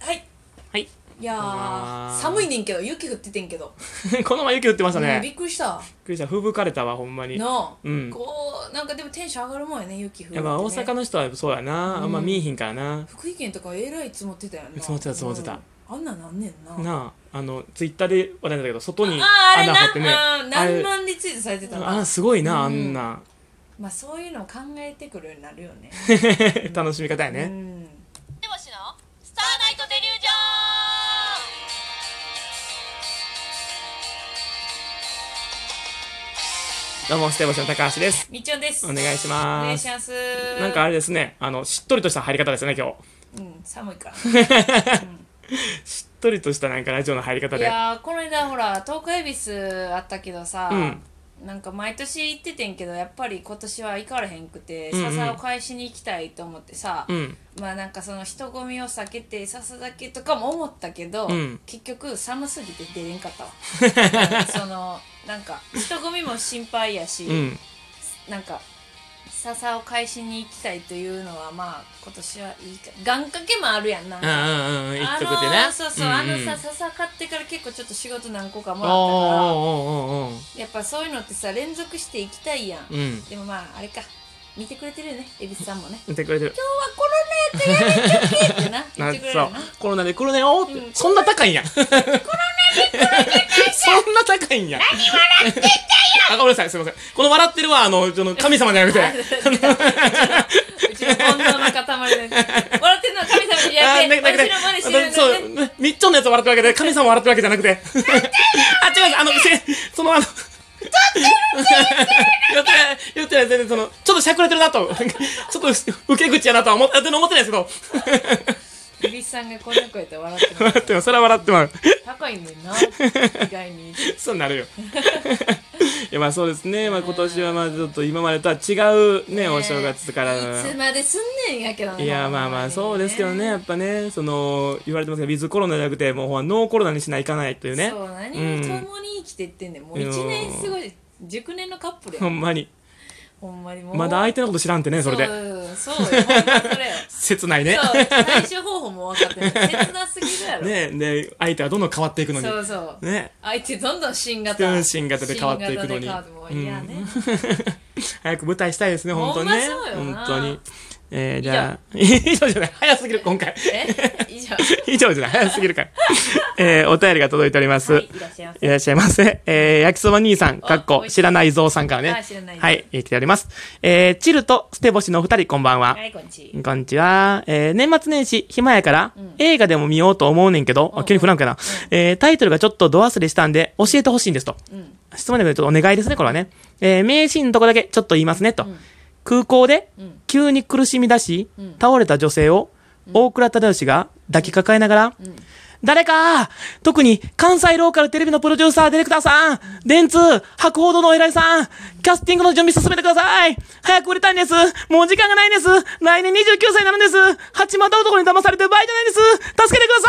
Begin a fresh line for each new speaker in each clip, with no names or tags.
はい
いや
こんば
ー
んは
寒いねんけど雪降っててんけど、
この前雪降ってました
うん
ね
びっくりした
びっくりした吹雪かれたわほんまに
なあ、
うん
こうなんかでもテンション上がるもんやね雪降るって
や
ね
っぱ大阪の人はそうやな、あんま見えひんからな
福井県とかえらい積もってたよな
積もってた積もってた
うんあんなんなんねんな
なああのツイッターで話題になったけど外に
あああれ
穴
な
掘ってね
あー
あ
何
れ
万リツイートされてた
あ
な
あすごいな、
うん
あんな
まあそういうのを考えてくるようになるよね
楽しみ方やね、
うん
でもしのスターナイトデリュージョ
どうもステボシの高橋です
みっちゃんです
お願いし
お願
ま
い
す
します
なんかあれですねあのしっとりとした入り方ですよね今日
うん寒いから
しっとりとしたなんかラジオの入り方
い
で
やーこの間ほら東海恵比寿あったけどさ、
うん
なんか毎年行っててんけどやっぱり今年は行かれへんくて
うんうん
笹を返しに行きたいと思ってさ、
うん
まあなんかその人混みを避けて笹だけとかも思ったけど、
うん
結局寒すぎて出れんかったわ うんそのなんか人混みも心配やし、
うん
なんか笹を返しに行きたいというのはまあ今年はいいか願掛けもあるやんな、
うんうんうん言っ
あ
と
の
くてね
ー、そうそう、
んん
あのさ笹買ってから結構ちょっと仕事何個かも
おー
らったから
おーおーおー
やっぱそういうのってさ連続していきたいやん、
おー
でもまああれか見てくれてるよね恵比寿さん もね
うん見てくれてる
今日はコロナやってやめちゃけってな言
な
ってくれるよ
そう
な
コロナでコロナよーって、
うん
そんな高いんやコロナでコロナそんな高いんや何笑ってんだよあごめんなさいすいませんこの笑ってるはあのその神様じゃなくて
う ちの煩悩の塊で笑ってるのは神様にやって
なな
私の真似してるんだね
そうねみっちょんのやつ笑ってるわけで神様笑ってるわけじゃなくてあ違うあのせそのあの言ってない言ってない全然そのちょっとしゃくれてるなとちょっと受け口やなとは思って全然思ってないですけど
恵比寿さんがこんな声やったら笑ってる
笑ってますそれは笑ってます
高いんだよな意外に
そうなる よいやまあそうですね、まあ、今年はまあちょっと今までとは違うねお正月から
いつまですんねんやけどな
のいやまあまあそうですけどねやっぱねその言われてますけどウィズコロナじゃなくてもうほらノーコロナにしないかないというね
そう何
う
も
ん
共に生きてってんねんもう一年すごい熟年のカップルや
ほんまに
ほんまにもう
まだ相手のこと知らんってねそれで
そうそうよほんまそれよ
切ないね
そう対処方法も分かってない切なすぎるやろ、
ねで相手はどんどん変わっていくのに
そうそう
ね
相手どんどん新
うん
型
新型で変わっていくの
新型で
に
変わってもう嫌ね、
早く舞台したいですね本当にね
ほんまそうよな
本当にえー、じゃあ 以上じゃない早すぎる今回
え以上は
以上じゃない早すぎるからえー、お便りが届いております、
いいらっしゃいませ
いらっしゃいませ。えー、焼きそば兄さん、かっ
美
こ、
味しい
知らないぞうさんからね。
あ知らないぞ
はい、えー来ております。えー、チルとステボシのお二人、こんばんは。
はいこんにちは
こんにちは。えー、年末年始、暇やから、映画でも見ようと思うねんけど、
うん
あ、急にフランクやな。えー、タイトルがちょっとド忘れしたんで、教えてほしいんですと。
うん
質問でもちょっとお願いですね、これはね。えー、名シーンのとこだけちょっと言いますね、と。
ん
空港で
うん、
急に苦しみ出し、
うん
倒れた女性を、大倉忠義が抱きかかえながら、誰か特に関西ローカルテレビのプロデューサー、ディレクターさん電通博報堂のお偉いさんキャスティングの準備進めてください早く売れたいんですもう時間がないんです来年29歳になるんです八股男に騙されてる場合じゃないんです助けてくださ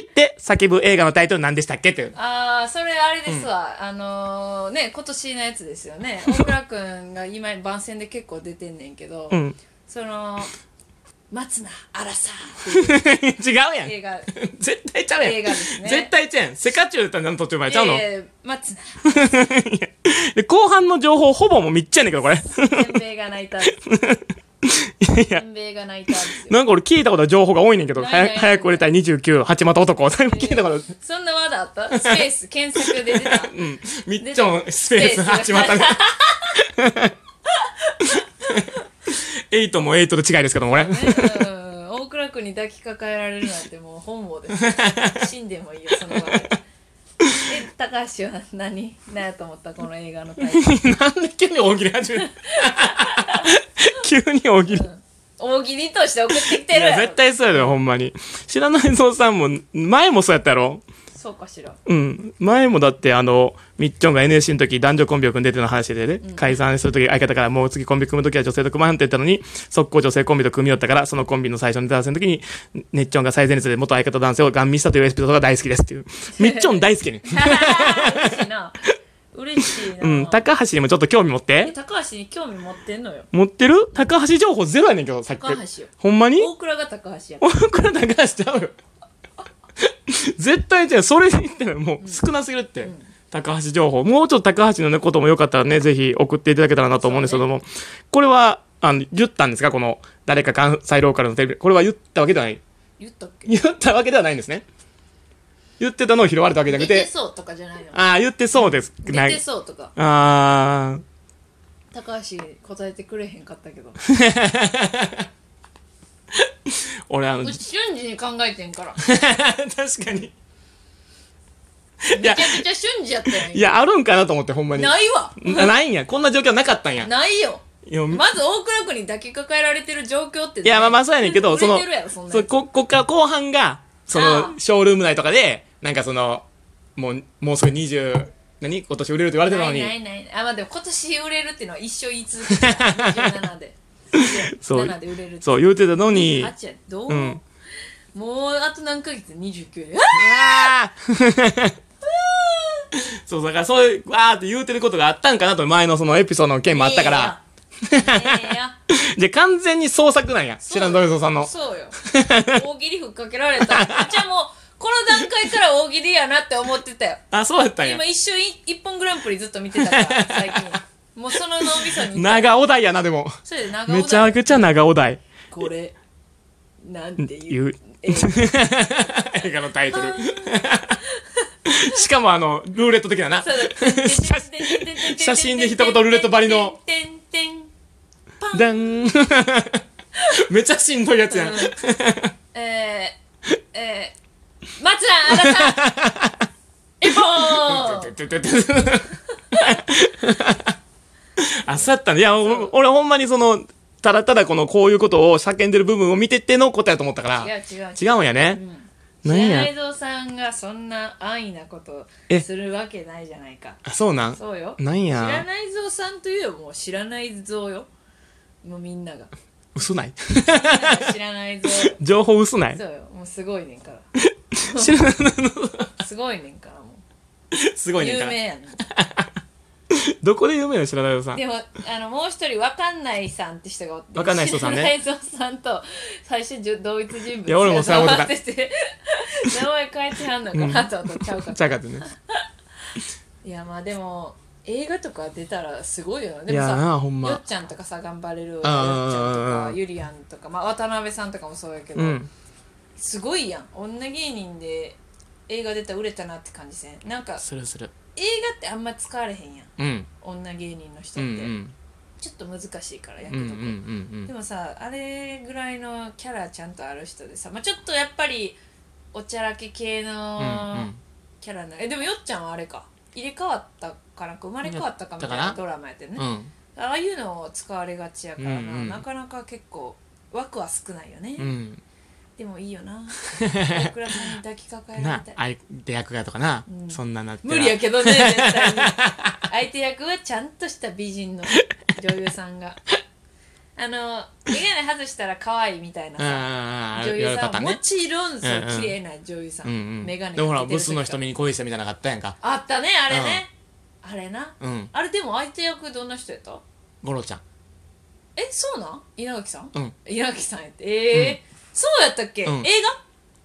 いって叫ぶ映画のタイトル何でしたっけっていう。
ああそれあれですわ、あのー、ね今年のやつですよね大倉君が今番宣で結構出てんねんけど、
うん。
その「松菜あらさ」
違うやん。
映画
絶対ちゃうやん。
映画ですね
絶対ちゃうやん。セカチュウだったら何途中までちゃうの、
えー、松菜
で、後半の情報ほぼもうみっちゃやねんけど、こ れ。
せんべいが泣いたです
いや
せ、んべいが泣いたんですよ
なんか俺聞いたことは情報が多いねんけど、
ない
は
ない
や早く売れたい29、八股男。 だいぶ聞いたことある。
そんなワードあったスペース検索で出た
うん。みっちょん、スペース始まったね。 エイトもエイトと違いですけども、俺。
うん大倉君に抱きかかえられるなんてもう本望です死んでもいいよその場でえ高橋は何何やと思ったこの映画のタイトル
なんで急に大喜利始め る急に大喜利。
大喜利として送ってきて
い
る
や、絶対そうやで、ほんまに。知らないぞうさんも、前もそうやったやろ
そうかしら
うん。前もだって、あの、みっちょんが NSC の時、男女コンビを組んでての話でね、解散する時、相方からもう次コンビ組む時は女性と組まんって言ったのに、速攻女性コンビと組みよったから、そのコンビの最初の男性の時に、ねっちょんが最前列で元相方男性をガン見したというエピソードが大好きですっていう。みっちょん大好きね。
嬉しいな嬉しいな、
うん。高橋にもちょっと興味持っ
え
て。
高橋に興味持ってんのよ
持ってる高橋情報ゼロやねんけど、さっき。
高橋よ
ほんまに
大倉が高橋や
おこれ高橋ちゃうよ。違う、それで言ったらもう少なすぎるって。高橋情報。もうちょっと高橋のね、こともよかったらね、ぜひ送っていただけたらなと思うんですけども、これは、あの、言ったんですかこの、誰か関西ローカルのテレビ、これは言ったわけではない。
言ったっけ
言ったわけではないんですね。言ってたのを拾われたわけじゃな
出
く
て
て、
そうとかじゃないの
ああ、言ってそうです。
出
な
てそうとか
あ
高橋答えてくれへんかったけ ど
あ、俺あの、
うち瞬時に考えてんから
確かに。い
めちゃ
や
くちゃ瞬時やったやん
いや、あるんかなと思って、ほんまに。
ないわ
なないんや。こんな状況なかったんや。
ないよ
いや、
まず大倉区に抱きかかえられてる状況って
いやまあまあそうやねん けど、
そ
その
のやろそん、な
そう
やつ
こ、こっから後半が、そ
あ
の、
あ
ショールーム内とかで、なんかその、もう、もうすぐ20、何今年売れると言われてた
ない
のに。
ないないあまあでも今年売れるっていうのは一生言い続けてた27で
そう
7で売れるって
そう、言うてたのに、
あちゃどう、
うん
もうあと何ヶ月で29で
ああ そう、だからそういう、わーって言うてることがあったんかなと、前のそのエピソードの件もあった から。
ええや
じゃ、完全に創作なんや。
そう
白野富蔵さんの。
そうよ大喜利ふっかけられたあちゃもうこの段階から大喜利やなって思ってたよ
あ、そうやったんや
今。一瞬い一本グランプリずっと見てたから最近もうその脳みそに
長お題やな、でも。
それで長尾
めちゃくちゃ長お題。
これなんて
言
いう
う。
ええ
映画のタイトル。 しかもあの、ルーレット的なな。写真で一言ルーレット張りの。
パン
ダン。 めっちゃしんどいやつやん。
えー、えー、松田あなた一本
あ、そうやったんだ。いや、お俺ほんまにその、ただただこの、こういうことを叫んでる部分を見ててのことやと思ったから。
違う違う
違うんやね。
う
なん
ん
や
内。蔵さんがそんな安易なこと
え
するわけないじゃないか
あ、そうなん。
そうよ
なん
知ら
や。
ないぞさんというよりもう知らないぞよもうみんな が
嘘ない。
みんなが知らないぞ
情報薄ない
そ。うよもうすごいねんから
知らない。
すごいねんからも
すご
う
いねん
有
から。
名やねん
どこで有名の知らないよさん。
でもあのもう一人わかんないさんって人がおって
わかんない人さんね
白井蔵さんと最初じゅ同一人物
いや俺もそう思ってた
てて名前変えてはんのかなと思ったらちゃうかっ
ちゃうかったね。
たいやまあでも映画とか出たらすごいよなで
い
も
や
さ
な、ほん
よっ
ま。
ちゃんとかさ頑張れるよっち
あー
ゃんと
あーあ
か
ー
ゆりやんとか、まあ、渡辺さんとかもそうやけど、
うん。
すごいやん女芸人で映画出たら売れたなって感じせんなんか
するする。
映画ってあんま使われへんやん
うん。
女芸人の人って、
うんうん。
ちょっと難しいから
う
役
ん
とか、
うんうん
でもさあれぐらいのキャラちゃんとある人でさ、まあ、ちょっとやっぱりおちゃらけ系
うんうんう
の
ん
キャラな、えでもよっちゃんはあれか入れ替わったかなんか生まれ変わったかみたい
だか
な
ら
ドラマやってね、
うん
ああいうのを使われがちやからな、
うんうん
なかなか結構枠は少ないよね、
うん
でもいいよ な大倉さんに抱きかかえら
な
れたい
あい出役がとかな、
うん
そんななってな
無理やけどね絶対 に相手役はちゃんとした美人の女優さんがあの眼鏡外したら可愛いみたいな
うんうん
さ
う
女
ん言われ
優
るパ
さ
ター
ん
ン
も
ね
ちろんそう
うんうん
綺麗な女優さ
うんうん
ん眼鏡
でもほ
からけて
ブ
る
ス
時
の瞳に恋したみたいなのがあったやんか
あったねあれねあれな
うん
あれでも相手役どんな人やった
ゴロちゃん
えそうなん稲垣さん
うん
稲垣さんやってええそうやったっけ映
うん
画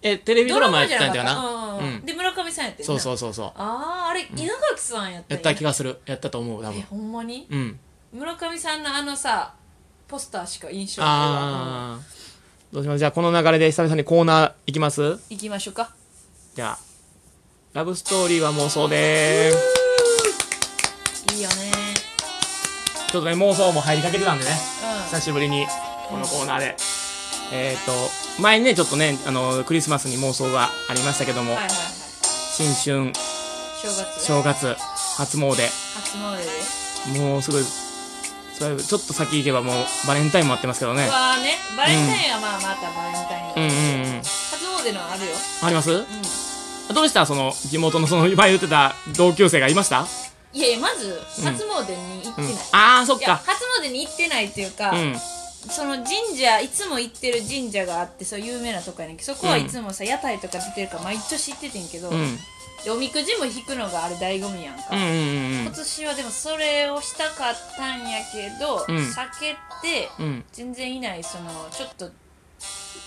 えテレビド
ド
ラ
ラ
マや
マ
っ
じ
て
ゃ
たん
な
だ
か
よ
っ
な
た
う
うん
ん
で村上さんやってんな
そうそうそうそう
あああれ稲垣さんやった
や
ん
った気がするやったと思う多
え
分
ほんまに
うん
村上さんのあのさポスターしか印象ないわ
ああどうしますじゃあこの流れで久々にコーナーいきます
行きましょうか
じゃあラブストーリーは妄想でーす
いいよね
ちょっとね妄想も入りかけてたんでね久
う
しぶりにこのコーナーで、えっ、と前にねちょっとねあのクリスマスに妄想がありましたけども、
んはいはいはい
新春
正月
正月初詣
初詣で
もうすごいそれちょっと先行けばもうバレンタインもあってますけどね
うわーねバレンタインはまあまたバレンタイン
うんうんうん
初詣のあるよ
ありますどうしたその地元のその前言ってた同級生がいました
いやいやまず初詣に行って
うん
ない
ああそっ
いや
か
初詣に行ってないっていうか
うん
その神社いつも行ってる神社があってそう有名なとこやねんけどそこはいつもさ屋台とか出てるから毎年行っててんけど
うん
でおみくじも引くのがあれ醍醐味やんか
うんうんうん
今年はでもそれをしたかったんやけど、
うん
避けて
うん
全然いないそのちょっと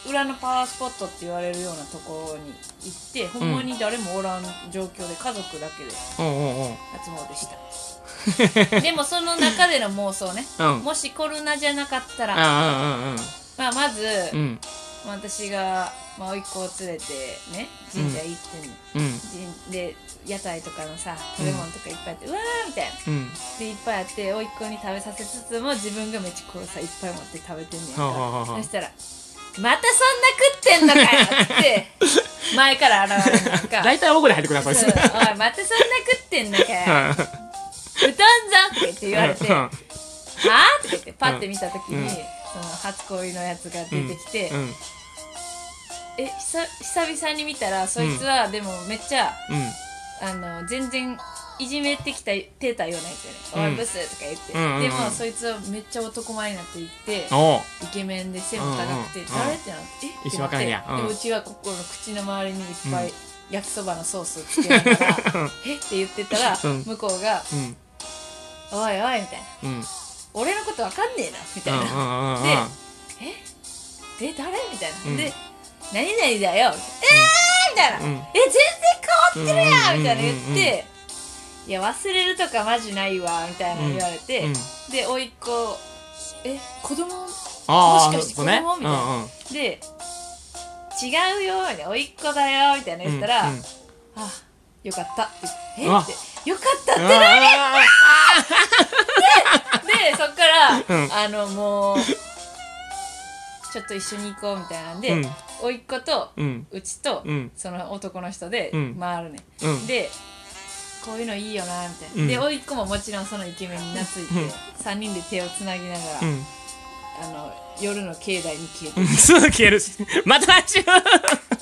裏のパワースポットって言われるようなところに行ってほんまに誰もおらん状況で家族だけで
うんうんうん
初詣した でもその中での妄想ね、
うん
もしコロナじゃなかったら、
あ
まあ、まず、
あうんうんうん
まあ私が、まあ、甥っ子を連れてね神社行ってんの、
うんうん
神で屋台とかのさ食べ物とかいっぱいあって、うわーみたいな
うん
でいっぱいあって甥っ子に食べさせつつも自分がめっちゃこうさいっぱい持って食べてんねんか
はあはあはあ
そしたら「またそんな食ってんのかよ」 って前から現れるのか
大体大声で入ってください
そうおいまたそんな食ってんのかようどんぞって言われて「はあ?」とか言ってパッて見た時に、
うん
その初恋のやつが出てきて、
うん
え久久々に見たらそいつはでもめっちゃ、
うん
あの全然いじめてきたてたようなやつやね「
うん
おいブス」とか言って、
うんうんうん
でもそいつはめっちゃ男前になっていって
おう
イケメンで背も高くて、
うんうん
誰ってなって「え
一緒わかんねや
ってなって
うん
でうちはここの口の周りにいっぱ
う
い焼きそばのソースをつけなが ら「えっ?」て言ってたら、
うん
向こうが
うん
「おいおい」みたいな
うん
「俺のことわかんねえな」み
う
たい
ん
な「
うんうん
でえで誰?」みたいな「
うん
で何々だよ」みたいな「えー!」みたいな「
うん
え全然変わってるやん!」
うん
みたいな言っ
うんうんうん
て「いや忘れるとかマジないわ」みたいな言われて、
うん
で甥っ子「え子供
ああ
もしかして
そうね
子供みたいな
うんうん
で違うよ」みたいな「甥っ子だよ」みたいな言ったら「
うんうん
あよかった」って「え
うわ
って「よかった」ってな
あ
でそっから、
うん
あのもうちょっと一緒に行こうみたいなんで、
うん
甥っ子と
ーうん
うちと、
うん
その男の人で
うん
回るね、
うん
でこういうのいいよなみたいな、
うん
で甥っ子ももちろんそのイケメンに懐いて、
うん
3人で手をつなぎながら、
うん
あの夜の境内に消えて
すぐ消えるしまた来週